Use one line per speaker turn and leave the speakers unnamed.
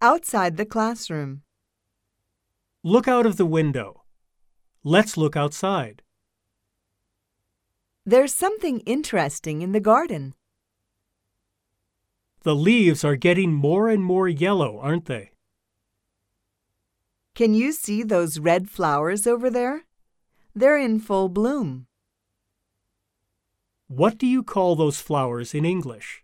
Outside the classroom.
Look out of the window. Let's look outside.
There's something interesting in the garden.
The leaves are getting more and more yellow, aren't they?
Can you see those red flowers over there? They're in full bloom.
What do you call those flowers in English?